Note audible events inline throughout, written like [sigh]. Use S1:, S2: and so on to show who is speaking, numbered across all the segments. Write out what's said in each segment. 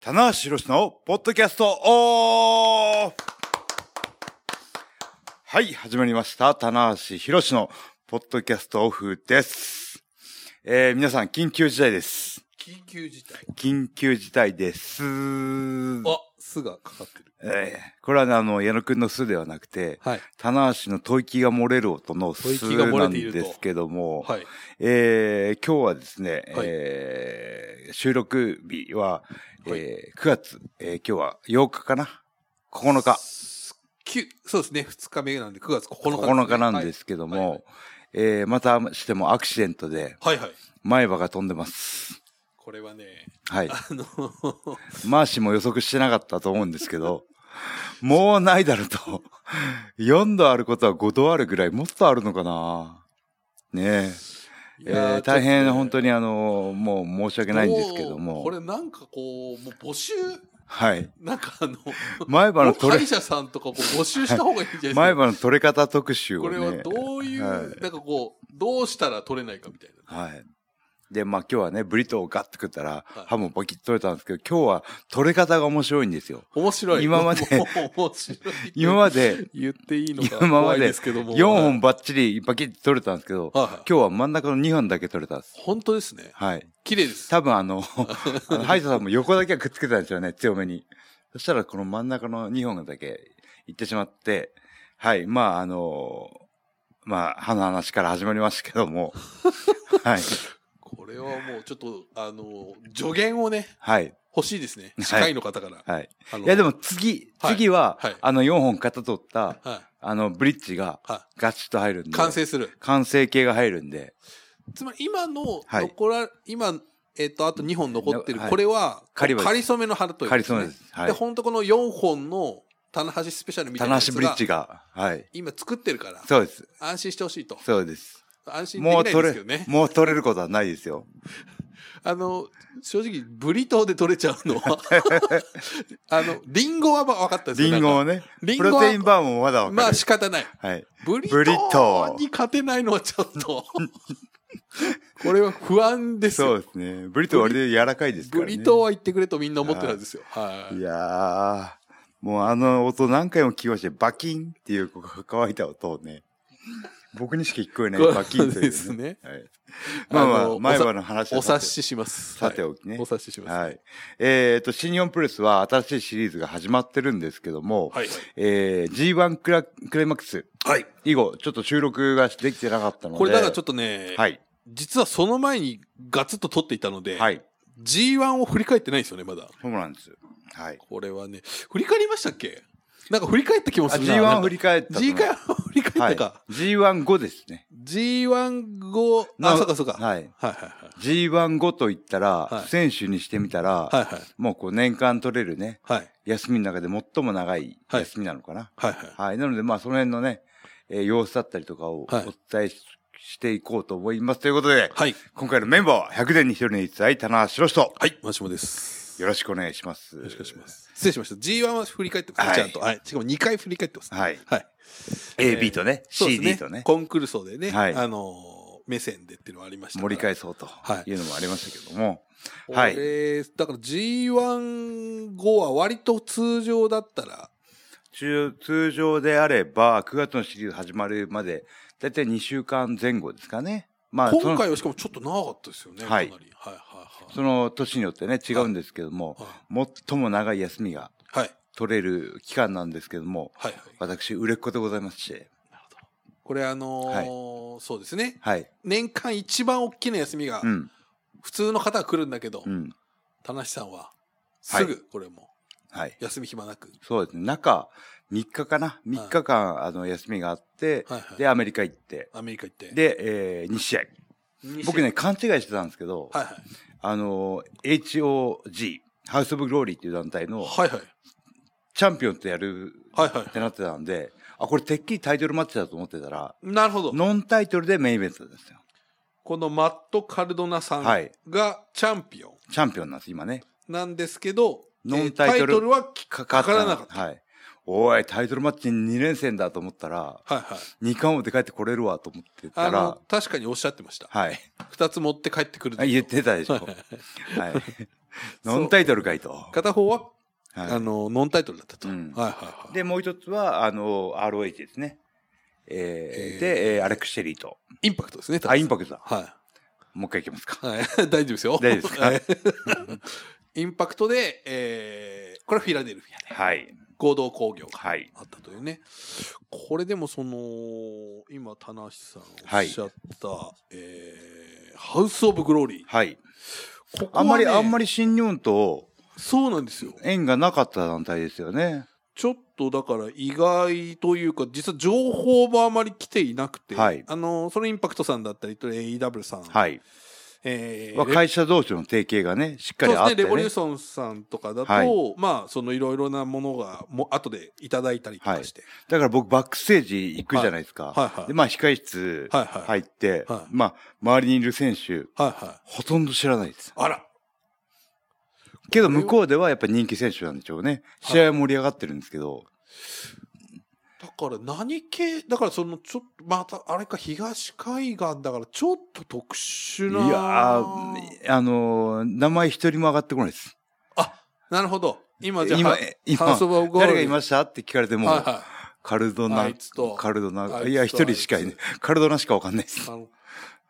S1: 棚橋宏のポッドキャストオフはい、始まりました。棚橋宏のポッドキャストオフです。えー、皆さん、緊急事態です。
S2: 緊急事態。
S1: 緊急事態です。
S2: あ、すがかかってる。
S1: えー、これはね、あの、矢野くんの巣ではなくて、
S2: はい。
S1: 棚橋の吐息が漏れる音の
S2: 吐
S1: 巣
S2: 息が漏
S1: な
S2: れ
S1: ん
S2: ていると
S1: ですけども、
S2: はい。
S1: えー、今日はですね、
S2: はい
S1: えー収録日は、
S2: はい
S1: えー9月、えー今日は8日かな ?9 日。
S2: きゅそうですね。2日目なんで、9月9日ですね、
S1: 9日なんですけども、
S2: はいはい
S1: えーまたしてもアクシデントで
S2: はい。はいはい。
S1: 前歯が飛んでます。
S2: これはね、 [laughs]
S1: はい。
S2: あの、
S1: マーシーも予測してなかったと思うんですけど、 [laughs] もうないだろうと。4度あることは5度あるぐらい、もっとあるのかなねえ。
S2: い
S1: え
S2: や
S1: ー大変、本
S2: に
S1: 当にあの、もう申し訳ないんですけども
S2: こ。れなんかこう、もう募集、
S1: はい。
S2: なんかあの、
S1: 前歯の取
S2: 歯
S1: れ
S2: 医、者さんとかも募集した方がいいんじゃないですか。
S1: 前歯の取れ方特集
S2: こ
S1: を
S2: れは
S1: ね。
S2: どういう、
S1: はい
S2: なんかこう、どうしたら取れないかみたいな。
S1: はい。で、まあ今日はね、ブリトーをガッと食ったら、
S2: はい
S1: 歯もバキッと取れたんですけど、今日は取れ方が面白いんですよ。
S2: 面白い。
S1: 今まで
S2: もう面白い。
S1: 今まで
S2: 言っていいのか
S1: 今まで
S2: 怖いですけ [laughs] ども。
S1: 4本バッチリバキッと取れたんですけど、
S2: はい。はい
S1: 今日は真ん中の2本だけ取れたんです。
S2: 本当ですね。
S1: はい。
S2: 綺
S1: [laughs]
S2: 麗です。
S1: 多分
S2: [laughs]
S1: あの、あの歯医者さんも横だけはくっつけたんですよね、強めに。そしたらこの真ん中の2本だけ行ってしまって、はい、まああの、まあ歯の話から始まりましたけど
S2: [laughs]
S1: も、はい、
S2: これはもうちょっと、あの、助言をね、
S1: はい、
S2: 欲しいですね。
S1: はい
S2: 歯科医の方から。
S1: はい。
S2: あの
S1: いやでも、次、
S2: はい
S1: 次は、
S2: はい
S1: あの4本型取った、
S2: は
S1: あのブリッジが
S2: い。は
S1: ガチッと入るん
S2: い。
S1: で、
S2: 完成する。
S1: 完成形が入るんで、
S2: つまり今の、
S1: はい
S2: 残ら、今、えっと、あと2本残ってる、
S1: はい
S2: これは、
S1: 仮は
S2: 仮染めの腹ということ
S1: 仮そう
S2: ね
S1: です。は
S2: で、
S1: い。
S2: ほんとこの4本の、棚橋スペシャルみたいな
S1: 棚
S2: やつ
S1: 橋
S2: が。
S1: ブリッジが、はい。
S2: 今作ってるから、
S1: そうです。
S2: 安心してほしいと。
S1: そうです。
S2: 安心で
S1: も
S2: きな
S1: う
S2: いで
S1: 取
S2: すけ
S1: れ
S2: どね、。
S1: もう取れることはないですよ。
S2: あの、正直、ブリトーで取れちゃうの
S1: [laughs]
S2: は、あの、リンゴは分かったです
S1: リ
S2: よ
S1: ンゴをね、
S2: リン
S1: プ
S2: ゴは
S1: ロテインバーもまだわ
S2: ま
S1: か
S2: あ
S1: る
S2: 仕。方ない。
S1: はい。
S2: ブリト
S1: ブリト
S2: ー
S1: ー
S2: に勝てないのはちょっと、 [laughs] これは不安です
S1: そう
S2: よ。
S1: ですね。ブリトーはあれで柔らかいですから
S2: ブ
S1: ね。
S2: リトーは言ってくれとみんな思ってるはずですよ。はい
S1: い。やー、もうあの音何回も聞きまして、バキンっていうこう乾いた音をね、僕にしか聞こえない
S2: これ
S1: バキンという、
S2: ですね。
S1: はい。まあま
S2: あ
S1: あ、
S2: の
S1: 前歯の話
S2: お
S1: は
S2: 察
S1: さて
S2: しします。
S1: さて
S2: はい
S1: おきね。
S2: お察しします。
S1: はい。えっ、と、新日本プロレスは新しいシリーズが始まってるんですけども、
S2: はい。
S1: えー、G1 クラクライマックス
S2: はい。
S1: 以後、ちょっと収録ができてなかったので、
S2: これだからちょ
S1: っ
S2: っとね、
S1: はい。
S2: 実はその前にガツッと取っていたので、
S1: はい。
S2: G1 を振り返ってないんですよね、まだ。
S1: そうなんです。はい。
S2: これはね、振り返りましたっけなんか振り返った気も
S1: あ
S2: するな。
S1: G1 振り返ったと思います。
S2: 返った。G1 振り返ったか。
S1: はい、G15 ですね。
S2: G1 後、
S1: な
S2: あ、そうかそうか。はい
S1: はい。
S2: はいはい。
S1: G15 と言ったら、
S2: はい
S1: 選手にしてみたら、
S2: はいはい。
S1: もうこう年間取れるね、
S2: はい。
S1: 休みの中で最も長い
S2: はい
S1: 休みなのかな。
S2: はいはい。
S1: はい。なので、まあ、その辺のね、えー様子だったりとかをお
S2: はい
S1: 伝えし,、ていこうと思います。ということで、
S2: はい。
S1: 今回のメンバーは100年に一人に一体、棚橋宏人。
S2: はい。マシモです。
S1: よろしくお願いします。よ
S2: ろしくお願いします。失礼しました。G1 は振り返ってます、
S1: はい
S2: ちゃんと。はい。しかも2回振り返ってます。
S1: はい。
S2: はい。
S1: A、B とね、
S2: そうです
S1: C、D とね、
S2: コンクルーソーでね、
S1: はい
S2: あのー、目線でっていうのはありましたから。
S1: 盛り返そうと
S2: はい
S1: いうのもありましたけども、
S2: こ
S1: はい
S2: れだから G1 後は割と通常だったら、
S1: 中通常であれば、9月のシリーズ始まるまで、だいたい2週間前後ですかね。まあ、そ
S2: 今
S1: の
S2: 回はしかもちょっと長かったですよね、
S1: はい
S2: かなり。はいはい
S1: その年によってね、違うんですけども、
S2: はい。
S1: 最も長い休みが
S2: はい。
S1: 取れる期間なんですけども、
S2: はいはい。
S1: 私、売れっ子でございますし、
S2: なるほど。これあのーそうですね。
S1: はい。
S2: 年間一番大きな休みが
S1: う、ん、
S2: 普通の方は来るんだけど
S1: う、ん、
S2: 田無さんは、すぐ、これも、
S1: はい。
S2: 休み暇なく。
S1: そうですね。中、3日かな ?3 日間、あの、休みがあって、
S2: はいはい。
S1: で、アメリカ行って、
S2: アメリカ行って。
S1: で、え2試合。
S2: 西、
S1: 僕ね、勘違いしてたんですけど、
S2: はいはい。
S1: あの、HOG、ハウス・オブ・グローリーっていう団体の、
S2: はいはい。
S1: チャンピオンとやる
S2: はいは
S1: ってなってたんで、あ、これてっきりタイトルマッチだと思ってたら、
S2: い。なるほど。
S1: ノンタイトルでメインイベントですよ。
S2: このマット・カルドナさん
S1: はい
S2: がチャンピオン
S1: チャンピオンなんです、今ね。
S2: なんですけど、
S1: ノン
S2: えー
S1: タイトル
S2: はき
S1: かかっ
S2: からなかった。
S1: はい。おい、タイトルマッチ2連戦だと思ったら、
S2: はいはい。
S1: 2冠王で帰ってこれるわと思ってた
S2: あ
S1: ら
S2: の、、確かにおっしゃってました。
S1: はい。 [laughs]
S2: 二つ持って帰ってくる [laughs]
S1: あ言ってたでしょ。はい。ノンタイトルかいと。
S2: 片方は、あ
S1: は
S2: の、ノンタイトルだったと。
S1: う
S2: はい
S1: ん、
S2: はいはいい。
S1: で、もう一つは、あの、ROH ですね。えー
S2: えー
S1: で、えーアレックス・シェリーと。
S2: インパクトですね。
S1: あ、イン
S2: パ
S1: パクトだ。
S2: クト。はい。
S1: もう一回いきますか。
S2: はい、 [laughs] 大丈夫ですよ。
S1: 大丈夫ですか
S2: はい [laughs] インパクトで、えー、これはフィラデルフィアで、
S1: はい。
S2: 合同工業が
S1: はい。
S2: あったというね。これでもその、今、田無さんお
S1: は
S2: っ
S1: い
S2: しゃった、えーハウス・オブ・グローリー。
S1: はい。
S2: ここはね
S1: あんまり、あんまり新日本と
S2: そうなんですよ。
S1: 縁がなかった団体ですよね。
S2: ちょっとだから意外というか、実は情報もあまり来ていなくて、
S1: はい
S2: あの、そのインパクトさんだったり、AEW さん、
S1: はい。
S2: えー
S1: は会社同士の提携がね、しっかりあ
S2: そう
S1: っ
S2: ですね、
S1: て、
S2: レボリュー
S1: ね。
S2: ションさんとかだと、
S1: はい
S2: まあ、そのいろいろなものが、も後でいただいたりとかして。
S1: だから僕バックステージ行くじゃないですか。
S2: はいはい
S1: で、まあ控室
S2: はいはい。
S1: 入って、
S2: はい
S1: まあ周りにいる選手、
S2: はいはい。
S1: ほとんど知らないです。
S2: あら、
S1: けど向こうではやっぱ人気選手なんでしょうね。
S2: はい
S1: 試合は盛り上がってるんですけど。
S2: だから何系、だからその、ちょっと、また、あれか、東海岸だから、ちょっと特殊
S1: い
S2: な。
S1: やー、あのー名前一人も上がってこないです。
S2: あ、なるほど。今じゃあ、
S1: 今
S2: ハ、ハウ
S1: 今
S2: ス、オブゴール
S1: 誰がいましたって聞かれても、
S2: はいは
S1: カルド
S2: あ
S1: ナ
S2: いつと、
S1: カルド
S2: あいつ
S1: ナ、
S2: と
S1: いや、一人しかいない。カルドナしかわかんないで
S2: い。
S1: す。
S2: あの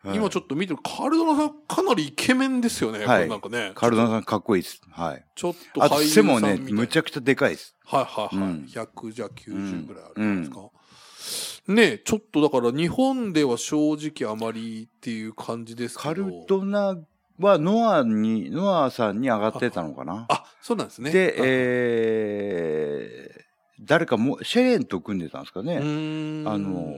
S1: はい
S2: 今ちょっと見てる、カルドナさん、かなりイケメンですよ
S1: は
S2: ね。
S1: い
S2: これなんかね。
S1: カルドナさんかっこいいです。はい。
S2: ちょっと
S1: あと
S2: 俳優
S1: 背
S2: さん
S1: もね、
S2: みたいな
S1: むちゃくちゃでかいです。
S2: はいはいはい、
S1: うん
S2: 100じゃ90ぐらいあるんですか、ねえちょっとだから日本では正直あまりっていう感じですけど
S1: カルドナはノアに、ノアさんに上がってたのかな。
S2: あそうなんですね
S1: で、
S2: え
S1: えー、誰かも、シェレンと組んでたんですかね。
S2: ーん
S1: あの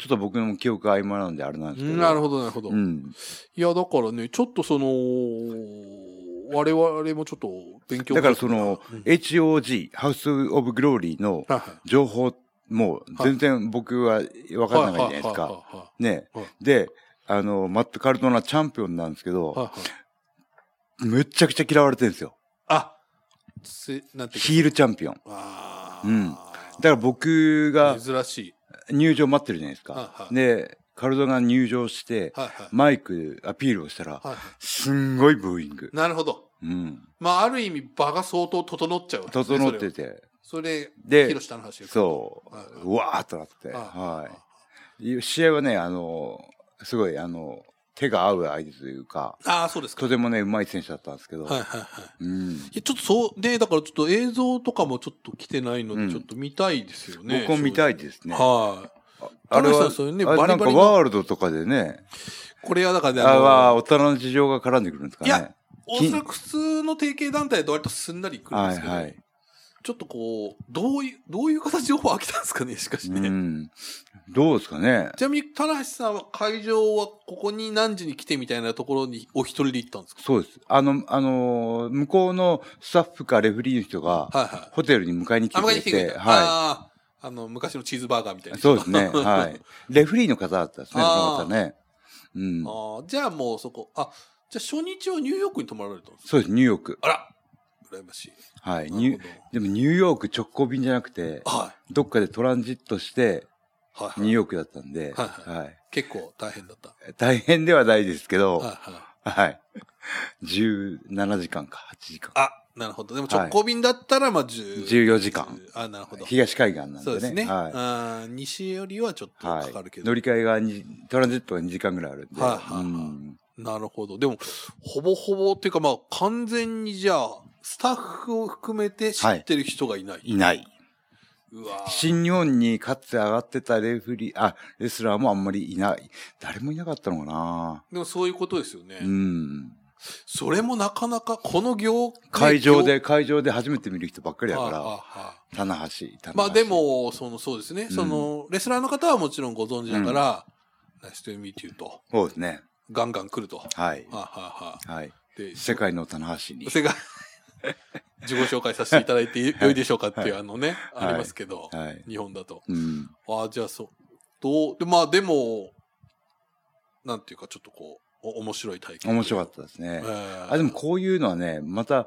S1: ちょっと僕の記憶曖昧なんであれなんですけど。
S2: なる
S1: ほ
S2: ほどなるほど、
S1: う
S2: い
S1: ん。
S2: やだからねちょっとその我々もちょっと勉強
S1: だからその
S2: うん、
S1: HOG、ハウス・オブ・グローリーの
S2: はいはい
S1: 情報、もう全然僕は分からないじゃないです
S2: は
S1: か。
S2: いは
S1: ね
S2: はい。
S1: で、あの、マット・カルドナチャンピオンなんですけ
S2: いはいはい
S1: ど、
S2: はいはい
S1: めちゃくちゃ嫌われてるんですよ。
S2: あせなんて
S1: ヒールチャンピオン。だ
S2: あー
S1: うんから僕が
S2: 珍しい
S1: 入場待ってるじゃないです
S2: は
S1: か。
S2: いはい
S1: で、カルドナが入場して、
S2: はいはい
S1: マイクアピールをしたら、
S2: はいは
S1: すんごいブーイング
S2: い。なるほど
S1: うん。
S2: まあ、ある意味場が相当整っちゃうわけですね
S1: 整ってて。
S2: それ
S1: で
S2: ヒロシさんの話です
S1: そ。
S2: はいう
S1: うわーっとなって。
S2: はい
S1: はい。試合はね、あの、すごい、あの、手が合う相手というか、
S2: ああそうですか
S1: とてもね、うまい選手だったんですけど。
S2: はいはいはい
S1: うん。
S2: いやちょっとそうでだからちょっと映像とかもちょっと来てないので、
S1: うん
S2: ちょっと見たいですよね
S1: 僕も見た
S2: い
S1: いですね。
S2: はい
S1: あれ
S2: 田
S1: は、
S2: 中さんそういうね
S1: あれ
S2: バ
S1: な
S2: リ
S1: んか
S2: バリの
S1: ワールドとかでね、
S2: これはだからね
S1: あ
S2: の
S1: は大人の事情が絡んでくるんですかね。
S2: いやおそらく普通の提携団体だと割とすんなり来るん
S1: は
S2: で
S1: い
S2: すけど、
S1: はい。
S2: ちょっとこうどういうどういう形の方飽きたんですかねしかし
S1: う
S2: ね、
S1: ん。どうですかね。
S2: ちなみに田無さんは会場はここに何時に来てみたいなところにお一人で行ったんですか
S1: そうです。あの、あのー向こうのスタッフかレフェリーの人が、
S2: はいはい
S1: ホテルに迎えに来て
S2: あ、
S1: く
S2: 迎え
S1: れ
S2: に来
S1: て、
S2: てくれた。
S1: は
S2: あーあの、昔のチーズバーガーみたい
S1: い。
S2: な。
S1: そうですね。
S2: [laughs]
S1: はい。レフェリーの方だったですね、その
S2: あー
S1: 方ね。うん
S2: あ。ーじゃあもうそこ、あ、じゃあ初日はニューヨークに泊まられたんですか
S1: そうです、ニューヨーク。
S2: あら羨ましい。
S1: はい。
S2: なる
S1: ニュ
S2: ほ
S1: でもニューヨーク直行便じゃなくて
S2: ど、はい。
S1: どっかでトランジットして、
S2: はい、
S1: ニュー
S2: はい。
S1: ヨークだったんで、
S2: はいは
S1: はい。
S2: 結構大変だった。
S1: 大変ではないですけ
S2: はい
S1: ど、
S2: はい。
S1: はい。17時間か、8時間。
S2: あ、なるほど。でも直行便だったら、まあ、10
S1: 14時間。
S2: あ、なるほど。
S1: 東海岸なんでね。
S2: そうですね。
S1: はい。
S2: あー西よりはちょっと
S1: は
S2: か
S1: い
S2: かるけ、ど。
S1: 乗り換えがにトランジットが2時間ぐらいあるんで、
S2: はいはいはい
S1: うん
S2: なるほど。でも、ほぼほぼっていうか、まあ、完全にじゃあ、スタッフを含めて知ってる人がいない。
S1: いない。
S2: うわー
S1: 新日本にかつて上がってたレフェリー、あ、レスラーもあんまりいない。誰もいなかったのかな
S2: でもそういうことですよね。
S1: うん。
S2: それもなかなか、この業
S1: 会場
S2: ね
S1: で、会場で初めて見る人ばっかり
S2: 業
S1: だ
S2: はいはい
S1: か
S2: は
S1: ら、棚橋、棚橋。
S2: いまあで、も、その、そうですね。
S1: うん
S2: その、レスラーの方はもちろんご存知だから、ナイストゥミーティーと、
S1: そうですね。
S2: ガンガン来ると。はい
S1: はい。
S2: はいは
S1: はい。
S2: い。で、
S1: 世界の棚橋に。
S2: それが、 [laughs] 自己紹介させていただいてよいでしょうかっていう、あのね、
S1: はい
S2: ありますけど、
S1: はい。
S2: 日本だと。
S1: うん。
S2: ああ、じゃあそう。どう、で、まあでも、なんていうか、ちょっとこう、お面白い体験。
S1: 面白かったですね
S2: え。ー
S1: あ、でもこういうのはね、また、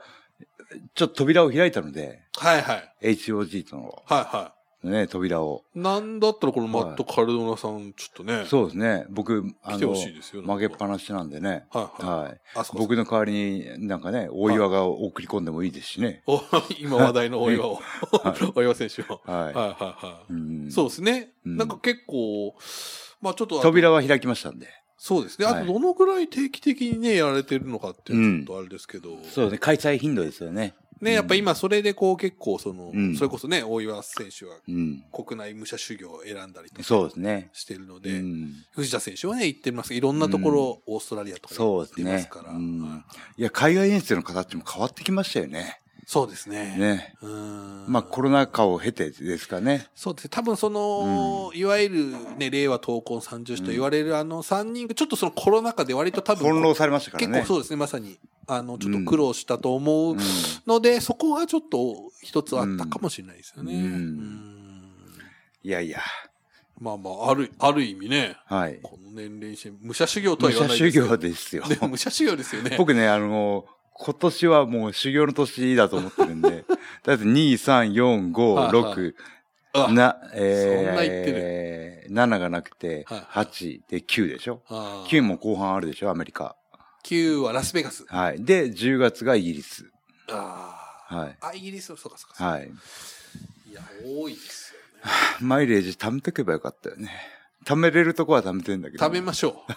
S1: ちょっと扉を開いたので、
S2: はいはい。
S1: HOG との、
S2: はいは
S1: ね、扉を。
S2: なんだったらこのマット・カルドナさん、ちょっとね、
S1: そうですね。僕、あ
S2: 来て
S1: の
S2: ほ、しいですよ。
S1: 曲げっ
S2: な
S1: ぱ
S2: ん
S1: なしなんでね。
S2: かはいはい。
S1: はい。
S2: あそこ
S1: 僕の代わりになんかね、大岩が送り込んでもいいですしね。
S2: お [laughs] 今話題の大岩を、 [laughs] 大岩選手を。
S1: は。
S2: はいいはいはい。
S1: うん
S2: そうですね。
S1: うん
S2: なんか結構、まあちょっとあと、
S1: 扉は開きましたんで。
S2: そうですね。あ
S1: は
S2: と
S1: い
S2: どのぐらい定期的にね、やられてるのかっていうのはちょっとあれですけど、
S1: そうですね。開催頻度ですよね。
S2: ね、やっぱ今それでこう結構その、
S1: うん
S2: それこそね、大岩選手は
S1: うん。
S2: 国内武者修行を選んだりとか
S1: そうですね。
S2: してるの
S1: う
S2: で、
S1: ん。
S2: 藤田選手はね、行ってます。いろんなところ、オーストラリアとか
S1: そ
S2: 行
S1: う
S2: っ
S1: です
S2: て
S1: ね
S2: ますから。
S1: うん
S2: はい
S1: いや、海外遠征の形も変わってきましたよね。
S2: そうですね。
S1: ね。
S2: うーん
S1: まあ、コロナ禍を経てですかね。
S2: そうですね。多分その、いわゆるね、令和闘魂三十士と言われるあの3人が、ちょっとそのコロナ禍で割と多分、
S1: 翻弄されましたから
S2: 結
S1: ね。
S2: 構そうですね、まさに、あの、ちょっと苦労したと思
S1: う
S2: う
S1: ん
S2: ので、そこがちょっと一つあったかもしれないですよね。
S1: うん
S2: うん
S1: いやいや。
S2: まあまあ、ある、ある意味ね、
S1: はい。
S2: この年齢にして、武者修行とは
S1: 武者
S2: 言わない
S1: 修
S2: ですけど。
S1: 行ですよ。
S2: [laughs] ね武者修行ですよね。
S1: 僕ね、あの、今年はもう修行の年だと思ってるん
S2: [laughs]
S1: で、だって2、3、4、
S2: は
S1: 5、
S2: いはい
S1: 6、
S2: あ
S1: な、えー、
S2: そんな言ってる
S1: 7がなくて、
S2: はい
S1: 8で9でしょ
S2: あー
S1: ?9 も後半あるでしょアメリカ。
S2: 9はラスベガス。
S1: はい。で、10月がイギリス。
S2: あ
S1: はい。
S2: ーあ、イギリスの、そうかそうかそうか。
S1: はい。
S2: いや、多いですよね。
S1: マイレージ貯めとけばよかったよね。貯めれるとこは貯めてんだけど。
S2: 食べましょう。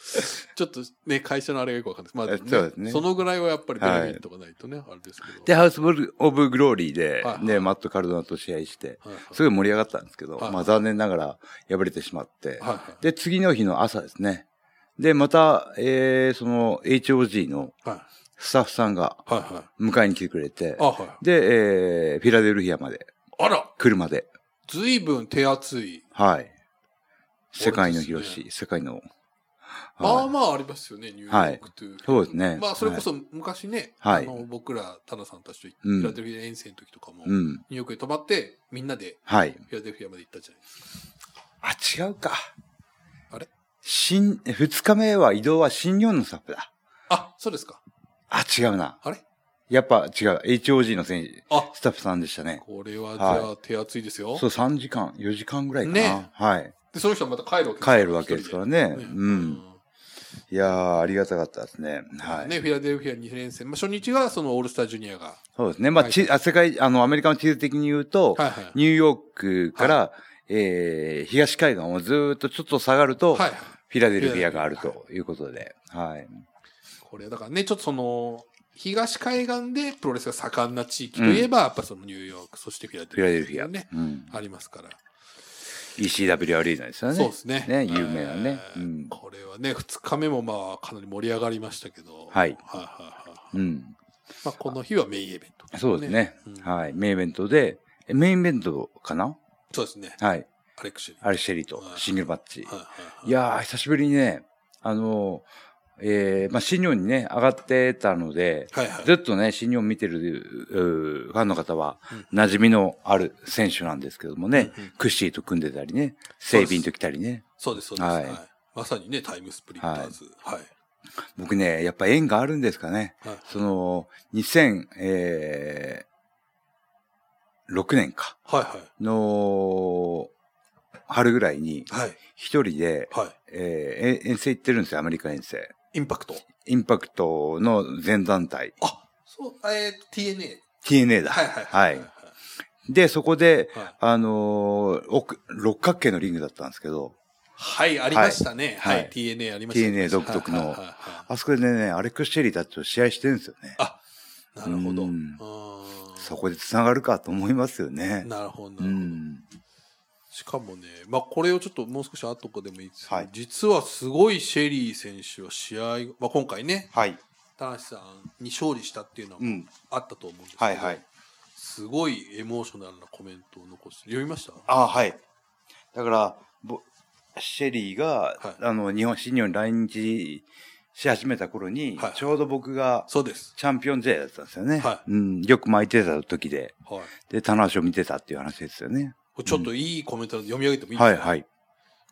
S1: [laughs]
S2: ちょっとね、会社のあれがよくわかんないです。ま
S1: そ
S2: あ、
S1: うですね
S2: そのぐらいはやっぱりベネフィットがないとね、あれですけど。
S1: で、ハウスオブグローリーで、
S2: はい
S1: ね、マット・カルドナと試合して、
S2: はいはい
S1: すごい盛り上がったんですけど、
S2: はい
S1: まあ残念ながら敗れてしまって、
S2: はいはい
S1: で、次の日の朝ですね。で、また、えー、その HOG の
S2: はい
S1: スタッフさんが
S2: はいはい。
S1: 迎えに来てくれて
S2: あ、、はい。
S1: で、えー、フィラデルフィアまで、
S2: あら、
S1: 車で、
S2: ずいぶん手厚い。
S1: はい。世界の広
S2: そう
S1: し、世界の、
S2: まあ
S1: はい
S2: まあありますよね、ニューヨークという。
S1: そうですね。
S2: まあ、それこ
S1: は
S2: そ昔ね、
S1: はい
S2: あの僕ら、タナさんたちと
S1: うん
S2: フィラデルフィア遠征の時とかも、
S1: い、うん。
S2: ニューヨークに泊まって、みんなで
S1: はい。
S2: フィラデルフィアまで行ったじゃないですか。
S1: あ、違うか。
S2: あれ
S1: 新、二日目は移動は新日本のスタッフだ。
S2: あ、そうですか。
S1: あ、違うな。
S2: あれ
S1: やっぱ違う。HOG の選手、
S2: あ、
S1: スタッフさんでしたね。
S2: これはじゃあ手厚いですよ。
S1: そう、3時間、4時間ぐらいかな。
S2: ね
S1: はい。
S2: で、その人はまた帰るわけですよ
S1: 帰るわけですからね。
S2: 一人で
S1: う
S2: うん
S1: ん。いやー、ありがたかったですね。はい。
S2: ね、フィラデルフィア2連戦、まあ、初日がそのオールスタージュニアが、
S1: そうですね。まあ、
S2: はい
S1: ち、あ世界、あの、アメリカの地図的に言うと、
S2: はいはい
S1: ニューヨークから、えー、東海岸をずーっとちょっと下がると、
S2: はい、
S1: フィラデルフィアがある
S2: フィラデ
S1: ということで、はい。
S2: これだからね、ちょっとその東海岸でプロレスが盛んな地域といえば、やっぱそのニューヨーク、そしてフィラデ
S1: フィラデル
S2: ルフ
S1: フ
S2: ィ
S1: ィ
S2: ア
S1: ア。
S2: ね、
S1: うん。
S2: ありますから、
S1: ECW アリーナですよね。
S2: そうですね、
S1: ね、有名なね。う
S2: えー
S1: ん。
S2: これはね、2日目もまあかなり盛り上がりましたけど、
S1: はい
S2: はいはいはい
S1: うん。
S2: まあ、この日はメインイベント、
S1: そうですね。
S2: うん
S1: はい。メインイベントで、えメインイベントかな
S2: そうですね、
S1: はい。
S2: アレクシェリー。
S1: アレシェリーとシングルマッチ。
S2: はいはいはい
S1: いやー、久しぶりにね、あのー、えー、まあ、新日本にね、上がってたので、
S2: はいはい
S1: ずっとね、新日本見てるうーファンの方は
S2: うん、
S1: 馴染みのある選手なんですけどもね、
S2: うんうん
S1: クッシーと組んでたりね、
S2: そう
S1: セイ
S2: です
S1: ビンと来たりね。
S2: そうです、そうです、
S1: はい
S2: はいまさにね、タイムスプリンターズ。はい
S1: 僕ね、やっぱ縁があるんですかね。
S2: はい
S1: その、2000、えー、6年か、
S2: はいはい
S1: の、春ぐらいに、
S2: はい
S1: 一人で、
S2: はい。
S1: えー、え遠征行ってるんですよ、アメリカ遠征。
S2: インパクト。
S1: インパクトの全団体、
S2: あ、そう、えー、TNA。
S1: TNA だ。
S2: はいはいはい。
S1: はいで、そこで、
S2: はい
S1: あのー奥六角形のリングだったんですけど、
S2: はい、ありましたね。は、
S1: はいい
S2: TNA ありましたね。
S1: TNA 独特の
S2: はいはいはいはい
S1: あそこでね、アレックス・シェリーたちと試合してるんですよね。
S2: なるほど。
S1: うん
S2: あー
S1: そこで繋がるかと思いますよね。
S2: なるほど、な
S1: う
S2: るほど。
S1: ん。
S2: しかもね、まあ、これをちょっともう少し後かでもいいですけど、
S1: はい
S2: 実はすごいシェリー選手は試合、まあ、今回ね、
S1: はい。
S2: 田橋さんに勝利したっていうのは
S1: うん。
S2: あったと思うんですけど、
S1: はいはい。
S2: すごいエモーショナルなコメントを残して、読みました
S1: ああ、はい。だから、ぼシェリーが、
S2: はい
S1: あの、日本、新日本に来日し始めた頃に、
S2: はい
S1: ちょうど僕が
S2: そうです。
S1: チャンピオン勢だったんですよね。
S2: は
S1: うん。よく巻いてた時で、
S2: はい。
S1: で、棚橋を見てたっていう話ですよね。
S2: これちょっといいコメントなんで読み上げてもいいですか、
S1: はいはい。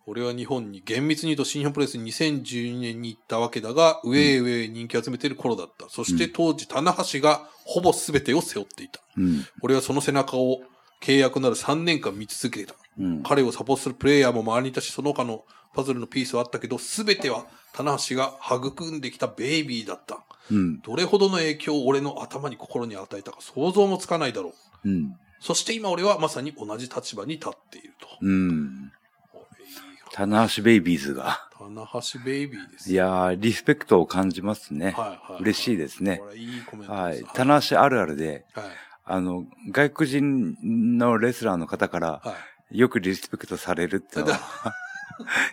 S2: 俺は日本に厳密に言うと新日本プロレスに2012年に行ったわけだが、ウェイウェイ人気を集めている頃だった。そして当時、棚橋がほぼ全てを背負っていた。
S1: うん。
S2: 俺はその背中を契約なら3年間見続けた。
S1: うん。
S2: 彼をサポートするプレイヤーも周りにいたし、その他のパズルのピースはあったけど、すべては棚橋が育んできたベイビーだった。
S1: うん。
S2: どれほどの影響を俺の頭に心に与えたか想像もつかないだろう。
S1: うん。
S2: そして今俺はまさに同じ立場に立っていると。
S1: うん。
S2: これいいよ
S1: 棚橋ベイビーズが。
S2: 棚橋ベイビーです
S1: い
S2: よ。
S1: やー、リスペクトを感じますね。
S2: はいはい、
S1: 嬉しいですね
S2: これいいコメント
S1: は
S2: で
S1: い
S2: す。。
S1: 棚橋あるあるで、
S2: はい。
S1: あの、外国人のレスラーの方から、
S2: はい。
S1: よくリスペクトされるってのは、 [laughs]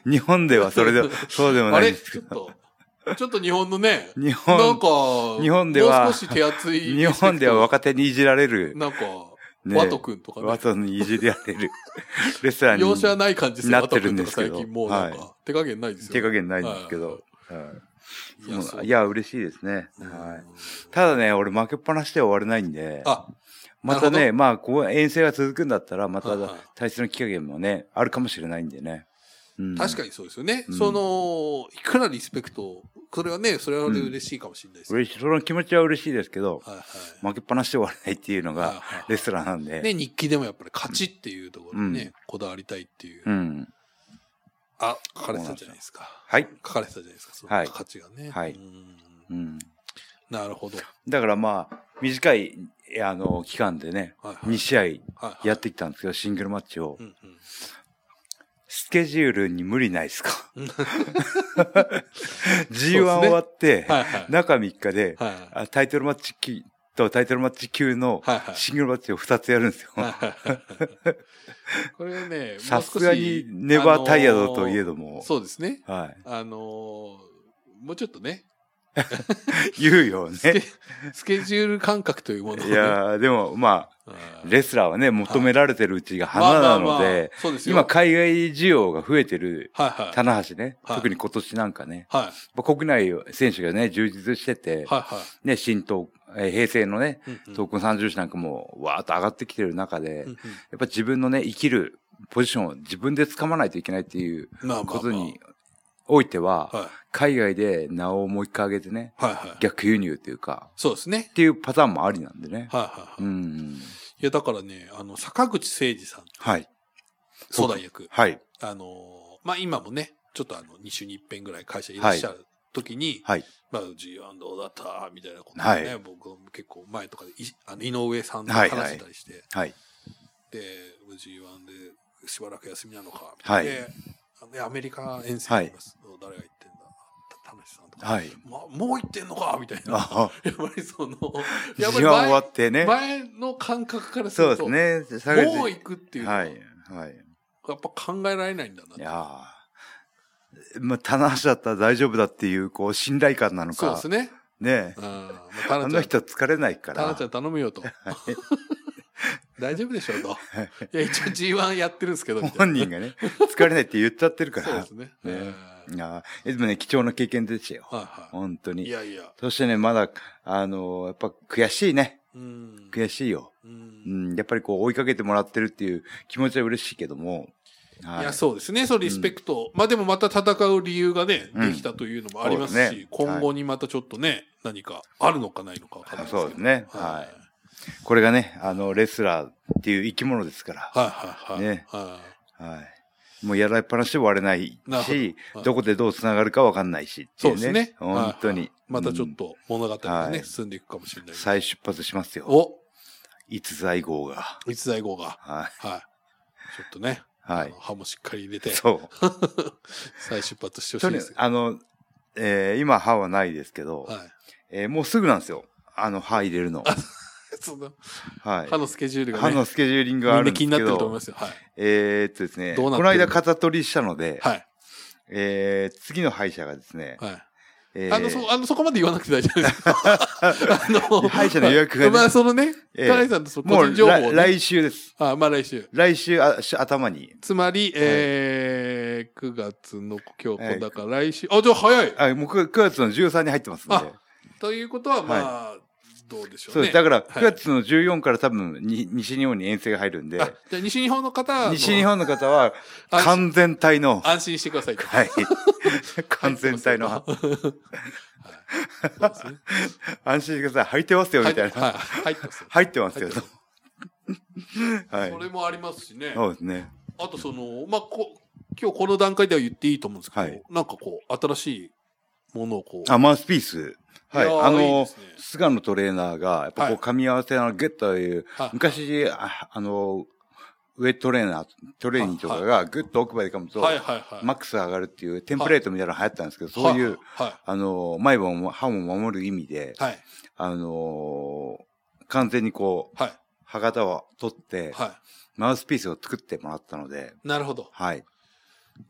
S1: 日本ではそれで、そうでも
S2: あ
S1: ない
S2: れ
S1: んです
S2: ち
S1: け
S2: ょっ
S1: ど。
S2: と、ちょっと日本のね、
S1: 日
S2: なん
S1: 本、
S2: か、
S1: 日本では
S2: もう少し手厚い。
S1: [laughs] 日本では若手にいじられる。
S2: なんか、
S1: ね
S2: ワト君とかね
S1: ワ。トにいじられる。 [laughs] レスラー
S2: 容赦
S1: に
S2: ない感じする
S1: なってるんですけど
S2: ワト君とか最近もうなんか、
S1: は
S2: 手加減ないですよ。
S1: 手加減ないんですけど。はい
S2: いや、そ
S1: そう
S2: う
S1: いや、嬉しいですね。は
S2: う
S1: い。
S2: ん
S1: ただね、俺負けっぱなしでは終われないんで、
S2: あ、
S1: また
S2: なる
S1: ね、まあ、こう、遠征が続くんだったら、また
S2: はいはい
S1: 対戦の期限もね、あるかもしれないんでね。うん
S2: 確かにそうですよね。
S1: うん
S2: その、いくらリスペクトを、それはね、それはね
S1: うん
S2: 嬉しいかもしれないですけど。
S1: 嬉しい。その気持ちは嬉しいですけど、
S2: はいはい。
S1: 負けっぱなしで終わらないっていうの
S2: はい
S1: が、
S2: はい
S1: レスラーなんで。
S2: ね、日記でもやっぱり勝ちっていうところにね、
S1: うん
S2: こだわりたいっていう。
S1: うん。
S2: あ、書かれてたじゃないですか。
S1: はい。
S2: 書かれてたじゃないですか、そ
S1: は
S2: の
S1: い
S2: 価値がね。
S1: はい
S2: うん
S1: うん。
S2: なるほど。
S1: だからまあ、短い、えあの、期間でね、
S2: はいはい
S1: 2試合
S2: はいはい
S1: やってきたんですけど、シングルマッチを
S2: う。んうん
S1: スケジュールに無理ないで
S2: [laughs]
S1: すか
S2: うん
S1: ?G1 終わって、
S2: はいはい。
S1: 中3日で、
S2: はいはい
S1: あタイトルマッチきとタイトルマッチ級の
S2: はいはい
S1: シングルマッチを2つやるんですよ。 [laughs]
S2: これね、
S1: さ
S2: もう少
S1: す
S2: し
S1: がに、ネバータイヤードといえど
S2: あのー
S1: も、
S2: そうですね。
S1: はい。
S2: あのーもうちょっとね、
S1: 言うよ
S2: スケ
S1: ね。
S2: スケジュール感覚というものを、
S1: い
S2: ね、
S1: やーでもまあ、
S2: うん
S1: レスラーはね、求められてるうちが花なの
S2: まあまあま
S1: で、
S2: あそうですよ。
S1: 今海外需要が増えてる
S2: はいはい。
S1: 棚橋ね、
S2: はい
S1: 特に今年なんかね、
S2: はい。
S1: まあ国内選手がね、充実してて、
S2: はいは
S1: ね、新東、えー平成のね、
S2: い。うんうん
S1: 東君三重士なんかもわーっと上がってきてる中で、
S2: うん
S1: やっ
S2: うん
S1: ぱ自分のね、生きるポジションを自分で掴まないといけないっていう
S2: まあまあまあ
S1: ことにおいて
S2: はい
S1: は、海外で名をもう一回上げてね、
S2: はいはい。
S1: 逆輸入っていうか、
S2: そうですね
S1: っ。ていうパターンもありなんでね。
S2: はいはいは
S1: う
S2: い。い
S1: ん。
S2: や、だからね、あの、坂口誠二さん、
S1: はい。
S2: 相談役。
S1: はい。
S2: あのーまあ今もね、ちょっとあの、2週に1遍ぐらい会社いらっしゃる時に、
S1: はい。
S2: まあ、G1 どうだったみたいなことをね、
S1: はい
S2: 僕も結構前とかでいあの井上さんと話してたりして、
S1: はい。
S2: で、G1 でしばらく休みなのか、みたいな。で、あのねアメリカ遠征にいます。誰が行ってんだた田しさんとか、
S1: はい。
S2: ま、もう行ってんのかみたいな。
S1: あ、
S2: やっぱりその、
S1: 時
S2: や
S1: 間
S2: っぱ
S1: 終
S2: り
S1: わ
S2: 前,、
S1: ってね。
S2: 前の感覚からす
S1: そ
S2: る
S1: う
S2: と、
S1: ですね。下
S2: もう
S1: げ
S2: 行くってい
S1: て。
S2: うのは、
S1: はい
S2: や。
S1: はい。。
S2: っぱ考えられないんだない
S1: やーまあ、棚橋だったら大丈夫だっていう、こう、信頼感なの
S2: そう
S1: か。
S2: ですね。
S1: ねえ。
S2: うん。まあ、タ
S1: あ
S2: ナち
S1: の
S2: ゃん、
S1: 人疲れないか
S2: タナ
S1: ら
S2: ちゃ。ん頼むよと。 [laughs] 大丈夫でしょうと。いや、一応 G1 やってるんですけど、みたい
S1: 本
S2: な。
S1: 人がね、疲れないって言っちゃってるか
S2: [laughs] そうで
S1: ら
S2: す。ね。
S1: ね
S2: うん
S1: いやーでもね、貴重な経験ですよ。
S2: は
S1: 本当
S2: いはい。い
S1: に。
S2: やいや。
S1: そしてね、まだ、あのーやっぱ悔しいね。
S2: うん。
S1: 悔しいよ。
S2: う
S1: うんん、やっぱりこう追いかけてもらってるっていう気持ちは嬉しいけども。はい
S2: や、そうですね。そのリスペクト。まあでもまた戦う理由がね、
S1: うん
S2: できたというのもあります
S1: そうです
S2: し
S1: ね、
S2: 今後にまたちょっとね、何かあるのかないのかわかんないけど
S1: そうですね
S2: はい
S1: はいこれがね、あの、レスラーっていう生き物ですから。
S2: はいはいはい。
S1: ね
S2: は
S1: はい。もうやられっぱなしで終われない
S2: なる
S1: し、
S2: ほど
S1: どこでどう繋がるかわかんないしって
S2: そ
S1: いうう
S2: で
S1: ね。
S2: すね。
S1: 本当に。
S2: はいはいまたちょ
S1: う
S2: っ
S1: ん
S2: と物語が
S1: は
S2: ね、
S1: い
S2: 進んでいくかもしれないけど。
S1: 再出発しますよ。
S2: お
S1: 逸材号が。
S2: 逸材号が。
S1: はい。
S2: はい。ちょっとね、
S1: は
S2: あ
S1: い
S2: の。歯もしっかり入れて、
S1: そう。
S2: 再出発して
S1: と
S2: ほしい
S1: に
S2: で
S1: か
S2: す
S1: く、。あの、えー今歯はないですけど、
S2: はい。 [laughs]
S1: えーもうすぐなんですよ。あの歯入れるの。
S2: その
S1: はい。
S2: 歯のスケジュールが
S1: 歯
S2: ね
S1: の、スケジューリングが
S2: みん
S1: あ
S2: な
S1: るんです
S2: 気
S1: け
S2: に
S1: ど。
S2: なってると思いますよ。はい。
S1: えー、っとですね、
S2: どう
S1: こ
S2: なってる
S1: の間肩取りしたので、
S2: はい。
S1: えー、次の歯医者がですね、
S2: はい。
S1: えー
S2: あの、そ、あの、そこまで言わなくて大丈夫です。
S1: [laughs]
S2: あの
S1: 歯医者の予約がね
S2: まあ、そのね、
S1: ええ
S2: カレンさんとその
S1: も
S2: 個人
S1: う
S2: 情報
S1: 来
S2: をね、
S1: 来週です。
S2: あ、まあ来週。
S1: 来週あし頭に。
S2: つまり、えー、9月の今
S1: は
S2: 日、
S1: い
S2: だから来週、あ、じゃあ早い
S1: あ、もう9月の13に入ってますんで。
S2: あということは、まあ、どうでしょうね。
S1: そうです。だから、
S2: はい
S1: 9月の14から多分に、西日本に遠征が入るんで
S2: あ、じゃあ西日本の方は、
S1: 西日本の方は、完全体の、
S2: 安心してくださいと。
S1: はい。 [laughs] 完全体の
S2: は
S1: 歯
S2: い。そうですね
S1: [laughs] 安心してください。履いてますよ、みたいな。
S2: はい、入ってますよ。
S1: 入ってますよ。
S2: 入ってます
S1: はい
S2: そ。れもありますしね。
S1: そうですね。
S2: あとその、まあ、こ今日この段階では言っていいと思うんですけど、
S1: はい
S2: なんかこう、新しいものをこう。
S1: あ、マウスピース。はい。
S2: やー
S1: あの
S2: いいですね
S1: 菅野トレーナーが、やっぱこ
S2: は
S1: う、
S2: い
S1: 噛み合わせのグッという、
S2: はい
S1: 昔、ああの、ウェットトレーナー、トレーニーとかがグッと奥歯で噛むと、
S2: はいはいはい。
S1: マックスが上がるっていうテンプレートみたいなの流行ったんですけど、
S2: は
S1: そういう、、
S2: は
S1: あの、前歯も、歯も守る意味で
S2: い。、はい。
S1: あのー完全にこう、
S2: はい。
S1: 歯型を取って、
S2: は
S1: マウスピースを作ってもらったので、
S2: い。なるほど。
S1: はい。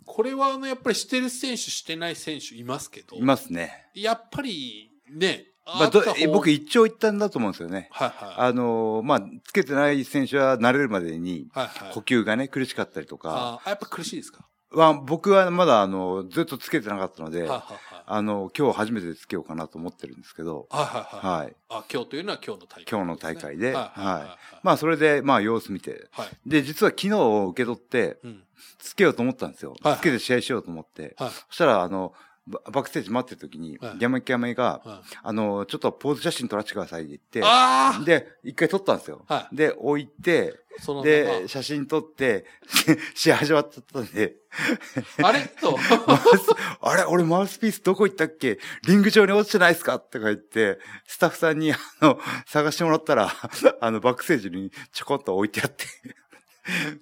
S2: これはあの、やっぱりしてる選手、してない選手いますけど、
S1: いますね。
S2: やっぱりね、
S1: まあ、ど
S2: った方
S1: 僕一長一短だと思うんですよね。
S2: はいは
S1: あのーまあ、つけてない選手は慣れるまでに、
S2: い。はいはい。
S1: 呼吸がね、苦しかったりとか、
S2: あーあ、やっぱ苦しいですか。
S1: は僕はまだあの、ずっとつけてなかったので、
S2: はいはいはい。
S1: あの、今日初めてつけようかなと思ってるんですけど、
S2: はいはいはい。
S1: はい。
S2: あ、今日というのは今日の大会、
S1: 今日の大会で
S2: はいはいはいはい。
S1: まあ、それで、まあ、様子見て。
S2: はい。
S1: で、実は昨日を受け取って、
S2: うん。
S1: つけようと思ったんですよ。
S2: はい
S1: つけて試合しようと思って。
S2: はい。
S1: そしたら、あの、ババックステージ待ってる時に
S2: はい、
S1: ギャメギャメが、
S2: はい、
S1: あの、ちょっとポーズ写真撮らせてくださいって言っ
S2: あ
S1: て、で、一回撮ったんですよ。
S2: は
S1: で、置いて、
S2: あそのま
S1: で、写真撮って、 [laughs] 試合始まっちゃったんで、 [laughs]
S2: まあれと。
S1: マウス、 [laughs] あれ俺マウスピースどこ行ったっけリング上に落ちてないっすかとか言って、スタッフさんに、あの、探してもらったら、あの、バックステージにちょこっと置いてあって。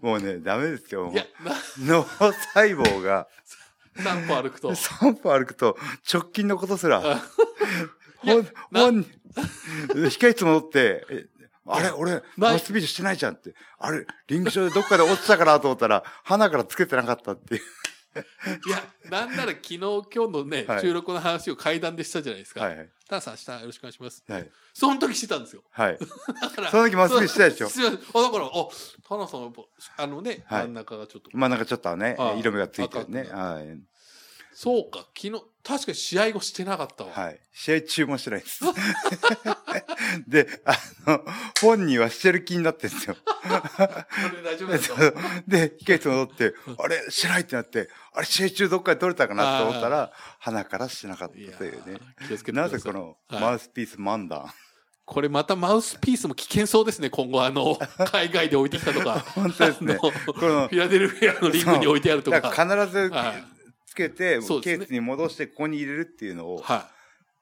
S1: もうね、ダメですよ。もう
S2: いや、な
S1: 脳細胞が
S2: 何歩歩
S1: [laughs]
S2: くと。
S1: 3歩歩くと直近のことすら、
S2: いや
S1: [laughs] ほん、
S2: な
S1: ほん、控室戻って、えあれ俺、
S2: ない
S1: マウスピースしてないじゃんって。あれ、リング上でどっかで落ちたかなと思ったら、鼻からつけてなかったっていう。
S2: いや、なんなら昨日、今日のね、
S1: はい
S2: 収録の話を階段でしたじゃないですか。
S1: はい。
S2: タナさん、明日よろしくお願いします。
S1: はい。
S2: その時してたんですよ。
S1: はい。
S2: だから。
S1: その時マウスピースしてないでしょ
S2: すいません。あ、だから、あ、タナさんはやっぱ、あのね、
S1: はい
S2: 真ん中がちょっと。
S1: まあなんかちょっとはね
S2: ああ、
S1: 色目がついてるね。
S2: 赤く
S1: はい。
S2: そうか、昨日、確かに試合後してなかったわ。
S1: はい。試合中もしてないです。 [laughs] で、あの、本人はしてる気になってるんです
S2: [laughs]
S1: よ。
S2: これ大丈夫ですか
S1: [laughs] で、控室戻って、あれ、してないってなって、あれ、試合中どっかで取れたかなと思ったら、鼻からしてなかったと
S2: いや
S1: いうね。
S2: ー気をつけてくだ
S1: な
S2: さ
S1: ぜ
S2: い。
S1: この
S2: はい
S1: マウスピース漫談。
S2: これまたマウスピースも危険そうですね、今後、
S1: [laughs]
S2: あの、海外で置いてきたとか。
S1: 本当ですね
S2: あの
S1: この
S2: フィラデルフィアのリングに置いてあるとか。
S1: だから必ず
S2: はい
S1: つけて、
S2: そうです
S1: ケ
S2: ね
S1: ースに戻してここに入れるっていうのを
S2: はい。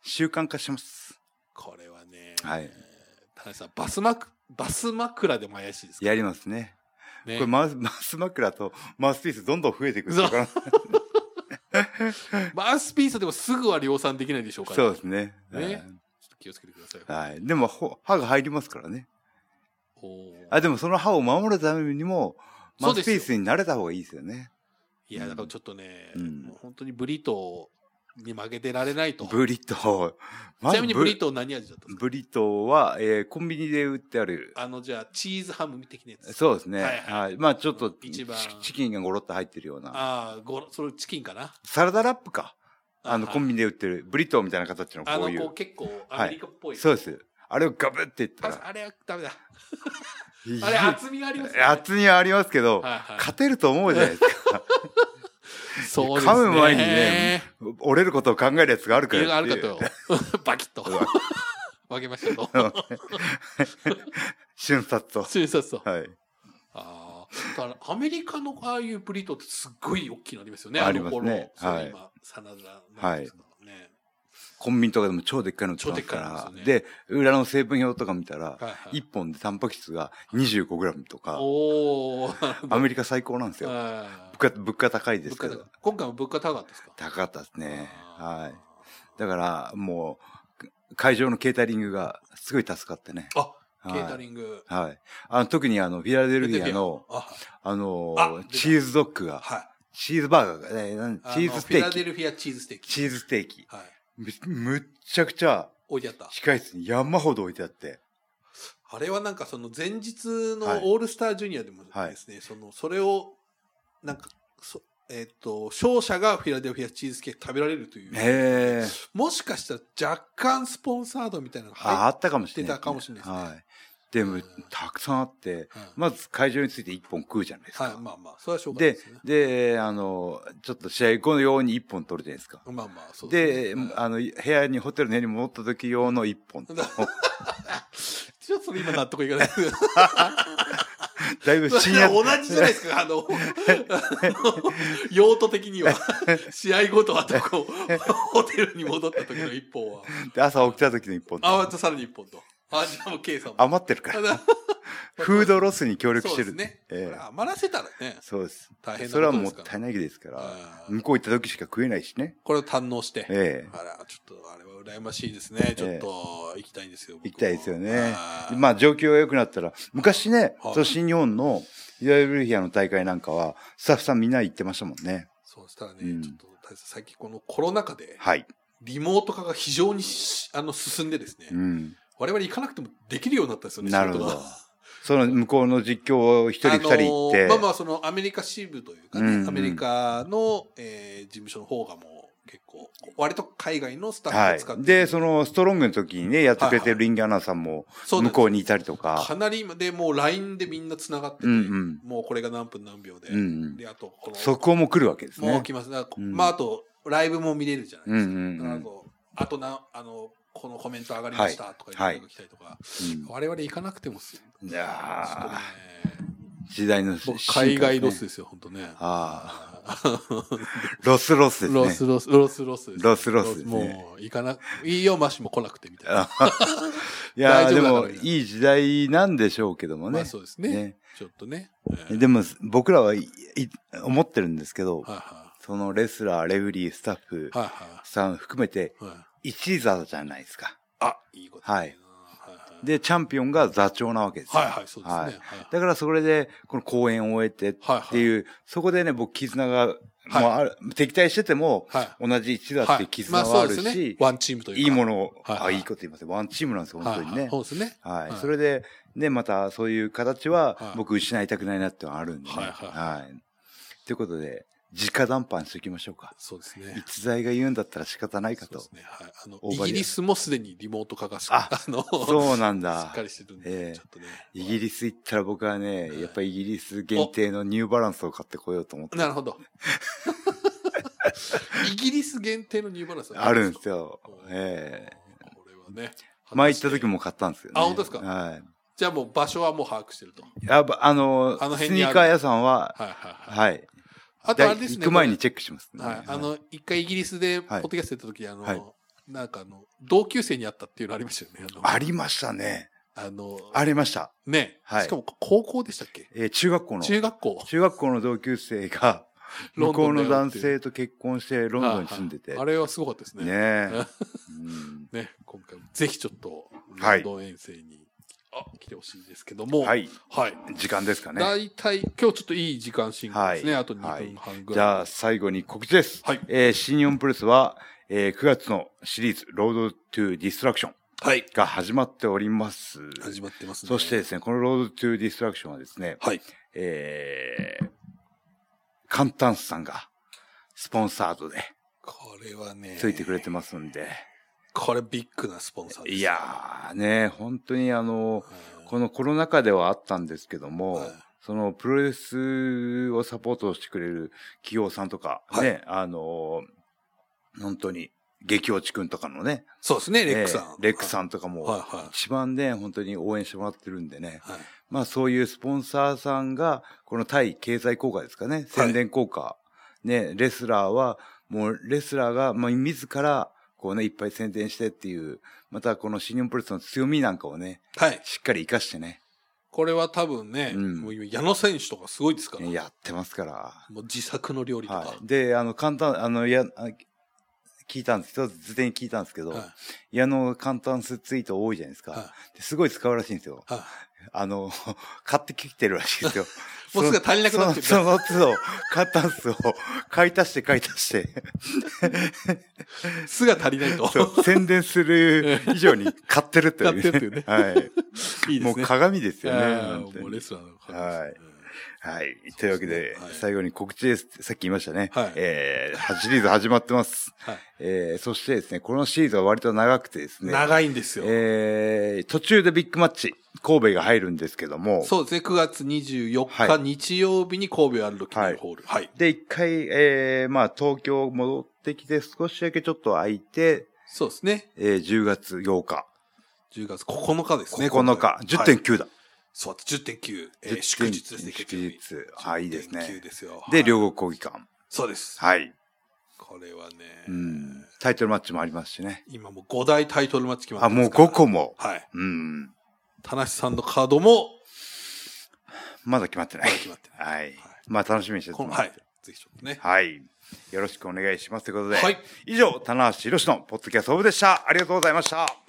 S1: 習慣化します。
S2: これはね、
S1: はい
S2: 田中さん、バスマク、バス枕でも怪しいですか
S1: やりますね。
S2: らね。
S1: これマウス、マウス枕とマウスピースどんどん増えていくるから。
S2: マウスピースでもすぐは量産できないでしょうから、
S1: そうで
S2: ち
S1: すね。
S2: ねょっと気をつけてください。
S1: はい。はい。でも、ほ歯が入りますからね。
S2: おー
S1: あ、でもその歯を守るためにも、マ
S2: そう
S1: ウ
S2: で
S1: ス
S2: す
S1: ピ
S2: よ
S1: ースに慣れた方がいいですよね。
S2: いや、だからちょっとね、
S1: うん
S2: もう本当にブリトーに負けてられないと。ち
S1: ブリトー。まず
S2: なみにブリトー何味だったんですか
S1: ブリトーは、えーコンビニで売ってある。
S2: あの、じゃあ、チーズハム的なやつ。
S1: そうですね。
S2: はいはい
S1: はい。まあちょっと、
S2: 一
S1: チ
S2: 番
S1: チキンがゴロッと入ってるような。
S2: ああ、ご、それチキンかな
S1: サラダラップか。あの、コン
S2: ビ
S1: ビニで売ってる、ブリトーみたいな形の
S2: あ
S1: こ
S2: の、
S1: うい
S2: こ
S1: う
S2: う。結構アメリカっぽい。
S1: そうです。あれをガブっていった
S2: あ
S1: ら。
S2: あれはダメだ。
S1: いい
S2: あれ厚みがありますよね。
S1: 厚みはありますけど、
S2: はいはい
S1: 勝てると思うじゃないです
S2: [laughs]
S1: か。
S2: そうですね。
S1: 噛む前にね折れることを考えるやつがある
S2: い
S1: か
S2: ろいろ
S1: ら
S2: あ
S1: って
S2: る
S1: い
S2: か
S1: う。
S2: とよ。 [laughs] バキッと。分けましたと。
S1: 瞬殺と。
S2: 瞬殺と。
S1: はい。
S2: ああ。だから、アメリカのああいうブリトーってすっごい大きいのありますよね。
S1: あります
S2: の頃
S1: ね
S2: そう
S1: はい
S2: 今、真田なんですからね。
S1: コンビニとかでも超でっかいの売ってますから。
S2: 超でっかいので
S1: で裏の成分表とか見たら、
S2: はいはい
S1: 1本でタンパク質が 25g とか、
S2: おお。
S1: アメリカ最高なんですよ。
S2: はい
S1: 物価、物価高いで
S2: 物
S1: す
S2: 価
S1: け
S2: 高
S1: ど
S2: い。今回も物価高かったですか
S1: 高かったですね。
S2: あ
S1: は
S2: ー
S1: い。だから、もう、会場のケータリングがすごい助かってね。
S2: あ、
S1: はい
S2: ケータリング。
S1: はい。あの、特にあの、フィラデルフィアの、
S2: あ、
S1: あの
S2: あ
S1: チーズドッグが、
S2: はい。
S1: チーズバーガーが、えーなん
S2: あの
S1: チーズス
S2: フィ
S1: テー
S2: ラデ
S1: キ。
S2: ルフィアチーズステーキ。
S1: チーズステーキ。
S2: はい。
S1: む、むっちゃくちゃ、
S2: 置いてあった。
S1: 控室に山ほど置いてあって。
S2: あれはなんかその前日の
S1: はい
S2: オールスタージュニアでもですね、そのそれをなんかそえっ、と勝者がフィラデルフィアチーズケーキ食べられるという、
S1: へえ。
S2: もしかしたら若干スポンサードみたいなのが
S1: あ、あ
S2: 入っ
S1: ったかもしれない、
S2: 出たかもしれないですね
S1: はい。で
S2: う
S1: も
S2: ん、
S1: たくさんあって、
S2: て、うん
S1: まず会場について一本食うじゃないですか。
S2: はい、まあまあそれはしょうがない
S1: で
S2: ですね、
S1: で、あの、ちょっと試合後のように一本取るじゃないですか。
S2: まあまあそう
S1: で
S2: ね、
S1: あの、部屋に、ホテルの部屋に戻った時用の一本と。
S2: だちょっとそれ今納得いかない。
S1: だいぶ
S2: そ
S1: 深
S2: れ [laughs]
S1: 夜、
S2: 同じじゃないですか、あの、用途
S1: [laughs]
S2: 的には、試合ごとはとこう、ホテルに戻った時の一本は、
S1: 朝起きた時の一本。
S2: あ、さらに一本と。あ、じゃあもう K さんも。
S1: 余ってるから。フードロスに協力
S2: そ
S1: し
S2: う
S1: て
S2: で
S1: る。
S2: すね。
S1: ええ
S2: これ余らせたらね、
S1: そうです。
S2: 大変な
S1: それは
S2: ことで
S1: も
S2: す
S1: っ
S2: から。
S1: たいないですから。
S2: あー
S1: 向こう行った時しか食えないしね。
S2: これを堪能して。
S1: ええ
S2: あら、ちょっと、あれは羨ましいですね。ちょっと、行きたいんですよ。僕も
S1: 行きたいですよね
S2: はい
S1: まあ状況が良くなったら、昔ね
S2: は、い
S1: その新日本のフィラデルフィアの大会なんかは、スタッフさんみんな行ってましたもんね。
S2: そうしたらね、
S1: うん
S2: ちょっと大佐、最近このコロナ禍で、
S1: はい。
S2: リモート化が非常にしあの進んでですね、
S1: うん。
S2: 我々行かなくてもできるようになったんですよね、
S1: なるほど
S2: 仕事が
S1: その向こうの実況を一人二人行っ
S2: あ
S1: て
S2: のー。まあまあ、そのアメリカ支部というかね、
S1: うんうん
S2: アメリカの、えー事務所の方がもう結構、割と海外のスタッフを使っ
S1: は
S2: て、
S1: い。で、そのストロングの時にね、やってくれて
S2: は
S1: る
S2: い
S1: リンギアナさんも、
S2: そう
S1: 向
S2: なんです
S1: こうにいたりと
S2: か
S1: か。
S2: なり今でもう LINE でみんな繋がってて、
S1: うんうん
S2: もうこれが何分何秒で、
S1: うんうん。
S2: で、あとこの、
S1: そこも来るわけです
S2: もう
S1: ね。
S2: 来ます。だから
S1: うん
S2: まあ、あと、ライブも見れるじゃない
S1: うんう
S2: ですか。
S1: んう
S2: だからあ
S1: ん。
S2: と、あとな、あの、このコメント上がりましたとか
S1: は
S2: いう
S1: い
S2: のが来たりとか、
S1: うん
S2: 我々行かなくてもす
S1: いやー
S2: ちょっとね
S1: 時代の進化
S2: 僕
S1: ですね
S2: 海外ロス。ですよ、本当ね。
S1: ああ。 [laughs] ロスロスですね。
S2: ロスロス、ロスロスです。
S1: ロスロスですね
S2: もう、行かな、いいよ、マシも来なくてみたいな。
S1: いやー
S2: 大
S1: で
S2: 丈夫だから
S1: も、いい時代なんでしょうけども
S2: ま
S1: ね
S2: あ。そうですね。ちょっとね。え
S1: ね
S2: ー
S1: でも、僕らはいい思ってるんですけど、
S2: はいは
S1: そのレスラー、レフェリー、スタッフ
S2: い。は
S1: さん含めて、
S2: いはい。はい
S1: 一位座じゃないですか。
S2: あ、いいこと言うな。
S1: はい
S2: はいはい。
S1: で、チャンピオンが座長なわけですよ。
S2: はいはい、そうですね。
S1: は
S2: はいい
S1: だからそれで、この公演を終えてっ
S2: はい。
S1: ていう、そこでね、僕、絆が、もうある、敵対してても、
S2: はい。
S1: 同じ一座
S2: は
S1: っ
S2: い
S1: ていう絆
S2: ま
S1: はあ
S2: そ
S1: る
S2: うですね
S1: し、
S2: ワンチームというか。
S1: いいものを、
S2: はいはい
S1: あ、いいこと言いますよ。ワンチームなんですよ、本当に
S2: はいは
S1: ね
S2: い。そうですね。
S1: はい。
S2: はい
S1: それで、ね、またそういう形は
S2: はい
S1: 僕失いたくないなってのはあるんで、ね。。
S2: はいはい
S1: ということで、直談判しておきましょうか。
S2: そうですね。
S1: 逸材が言うんだったら仕方ないかと。
S2: そうですね。はい。あの
S1: オ、ー
S2: イ
S1: バーリア
S2: ギリスもすでにリモート化がす
S1: あ
S2: の、
S1: そうなん
S2: し
S1: だ
S2: っか。りしてるんで、
S1: ええ
S2: ちょっとね。
S1: イギリス行ったら僕はね、
S2: はい
S1: やっぱりイギリス限定のニューバランスを買ってこようと思って。
S2: な
S1: [laughs]
S2: るほど。イギリス限定のニューバランス
S1: あるんです
S2: よ。
S1: よ。ええ
S2: これはね。
S1: 前行った時。も買ったんですよ、ね。
S2: あ本当ですか
S1: はい。
S2: じゃあもう場所はもう把握してると。はい
S1: やっぱ、あの、
S2: あの
S1: ス
S2: 辺に
S1: ニ
S2: ある
S1: ーカー屋さんは、
S2: はいは
S1: は
S2: い。
S1: い。
S2: あとあれですね。
S1: 行く前にチェックします、ね。
S2: はい。あの、一回イギリスで、ポッドキャストやった時、あ
S1: はい
S2: の、なんかあの、同級生に会ったっていうのありましたよね。あの
S1: ありましたね。
S2: あの、
S1: ありました。
S2: ね、
S1: はい
S2: しかも高校でしたっけ
S1: えー中学校の。
S2: 中学校。
S1: 中学校の同級生
S2: [laughs]
S1: が、向こうの男性と結婚してロンドンに住んでて。
S2: あれはすごかったですね。
S1: ね
S2: ね [laughs]
S1: え。うん
S2: 今回、ぜひちょっと、
S1: は
S2: ロ
S1: い
S2: ンドン遠征に、あ来てほしいですけども、
S1: は
S2: はい。
S1: い。時間ですかね。
S2: 大体、今日ちょっといい時間進行ですね。
S1: はい
S2: あと2分半ぐ
S1: じ
S2: らい。
S1: ゃあ最後に告知です。
S2: はい
S1: えー新日本プロレスは、えー9月のシリーズ、ロードトゥディストラクション
S2: はい。
S1: が始まっております。
S2: 始まってますね。
S1: そしてで、すね、このロードトゥディストラクションはですね、
S2: はい。
S1: えー、カンタンスさんが、スポンサードで
S2: これはね、
S1: ついてくれてますんで、
S2: これビッグなスポンサーです。
S1: いやーね、本当にあの、
S2: うん、
S1: このコロナ禍ではあったんですけども、
S2: はい
S1: そのプロレスをサポートしてくれる企業さんとか、
S2: はい
S1: ね、あのー本当に、激落ちくんとかのね、
S2: そうですね、レックさん。
S1: えーレックさ
S2: ん。
S1: んとか
S2: はい
S1: も、
S2: は
S1: 一番ね、本当に応援してもらってるんでね、
S2: い。はい
S1: まあそういうスポンサーさんが、この対経済効果ですかね、宣伝効果、ね、レスラーは、もうレスラーが、まあ自ら、こうね、いっぱい宣伝してっていう、またこの新日本プロレスの強みなんかをね、
S2: はい。
S1: しっかり活かしてね、
S2: これは多分ね、
S1: うん
S2: もう今矢野選手とかすごいですから。
S1: やってますから。
S2: もう自作の料理とか。
S1: はい。で、あの、簡単、あの、いや、あ聞いたんです、一つ事前に聞いたんですけど、
S2: はい
S1: 矢野簡単ツイート多いじゃないですか、
S2: は
S1: ですごい使うらしいんですよ。
S2: はい
S1: あの、 [laughs] 買ってきてるらしいですよ。
S2: [laughs] もうすぐ足りなくなっちゃう
S1: そのそのその都度、簡単数を買い足して買い足して、
S2: [laughs] 巣が足りないと。
S1: そう宣伝する以上に買ってるという、
S2: 買ってるというね
S1: はい。
S2: いいで
S1: もう
S2: すね。
S1: 鏡ですよね。
S2: ああ
S1: 本当に
S2: もうレスラーの感じですね
S1: はい。というわけで、
S2: そうですねはい
S1: 最後に告知です。さっき言いましたね。
S2: はい
S1: えー、シリーズ始まってます。
S2: はい
S1: えー、そしてですね、このシリーズは割と長くてですね。
S2: 長いんですよ。
S1: えー、途中でビッグマッチ、神戸が入るんですけども。
S2: そうですね、9月24日、
S1: はい
S2: 日曜日に神戸アンロキナルホール。はい。
S1: で、一回、えー、まあ、東京戻ってきて、少しだけちょっと空いて、
S2: そうですね。
S1: えー、10月8日。
S2: 10月9日ですね。
S1: 9日、10.9だ。
S2: そう、10.9。えー、祝日ですね、
S1: 祝日。はい、いいですね。
S2: 10.9ですよ。
S1: で、両国講義館。
S2: そうです。
S1: はい。
S2: これはね、
S1: うん。タイトルマッチもありますしね。
S2: 今もう5大タイトルマッチ決まって
S1: あ、も
S2: ま
S1: う
S2: すから
S1: 5個も。
S2: はい。
S1: うん。
S2: 田無さんのカードも、
S1: まだ決まって
S2: ま
S1: ない
S2: だ。決まってない。
S1: はい。まあ、楽しみにしてて
S2: こ
S1: も
S2: の、
S1: らって
S2: はい。ぜひちょっとね。
S1: はい。よろしくお願いしますということで、
S2: はい
S1: 以上、棚橋宏のポッドキャストオブでした。ありがとうございました。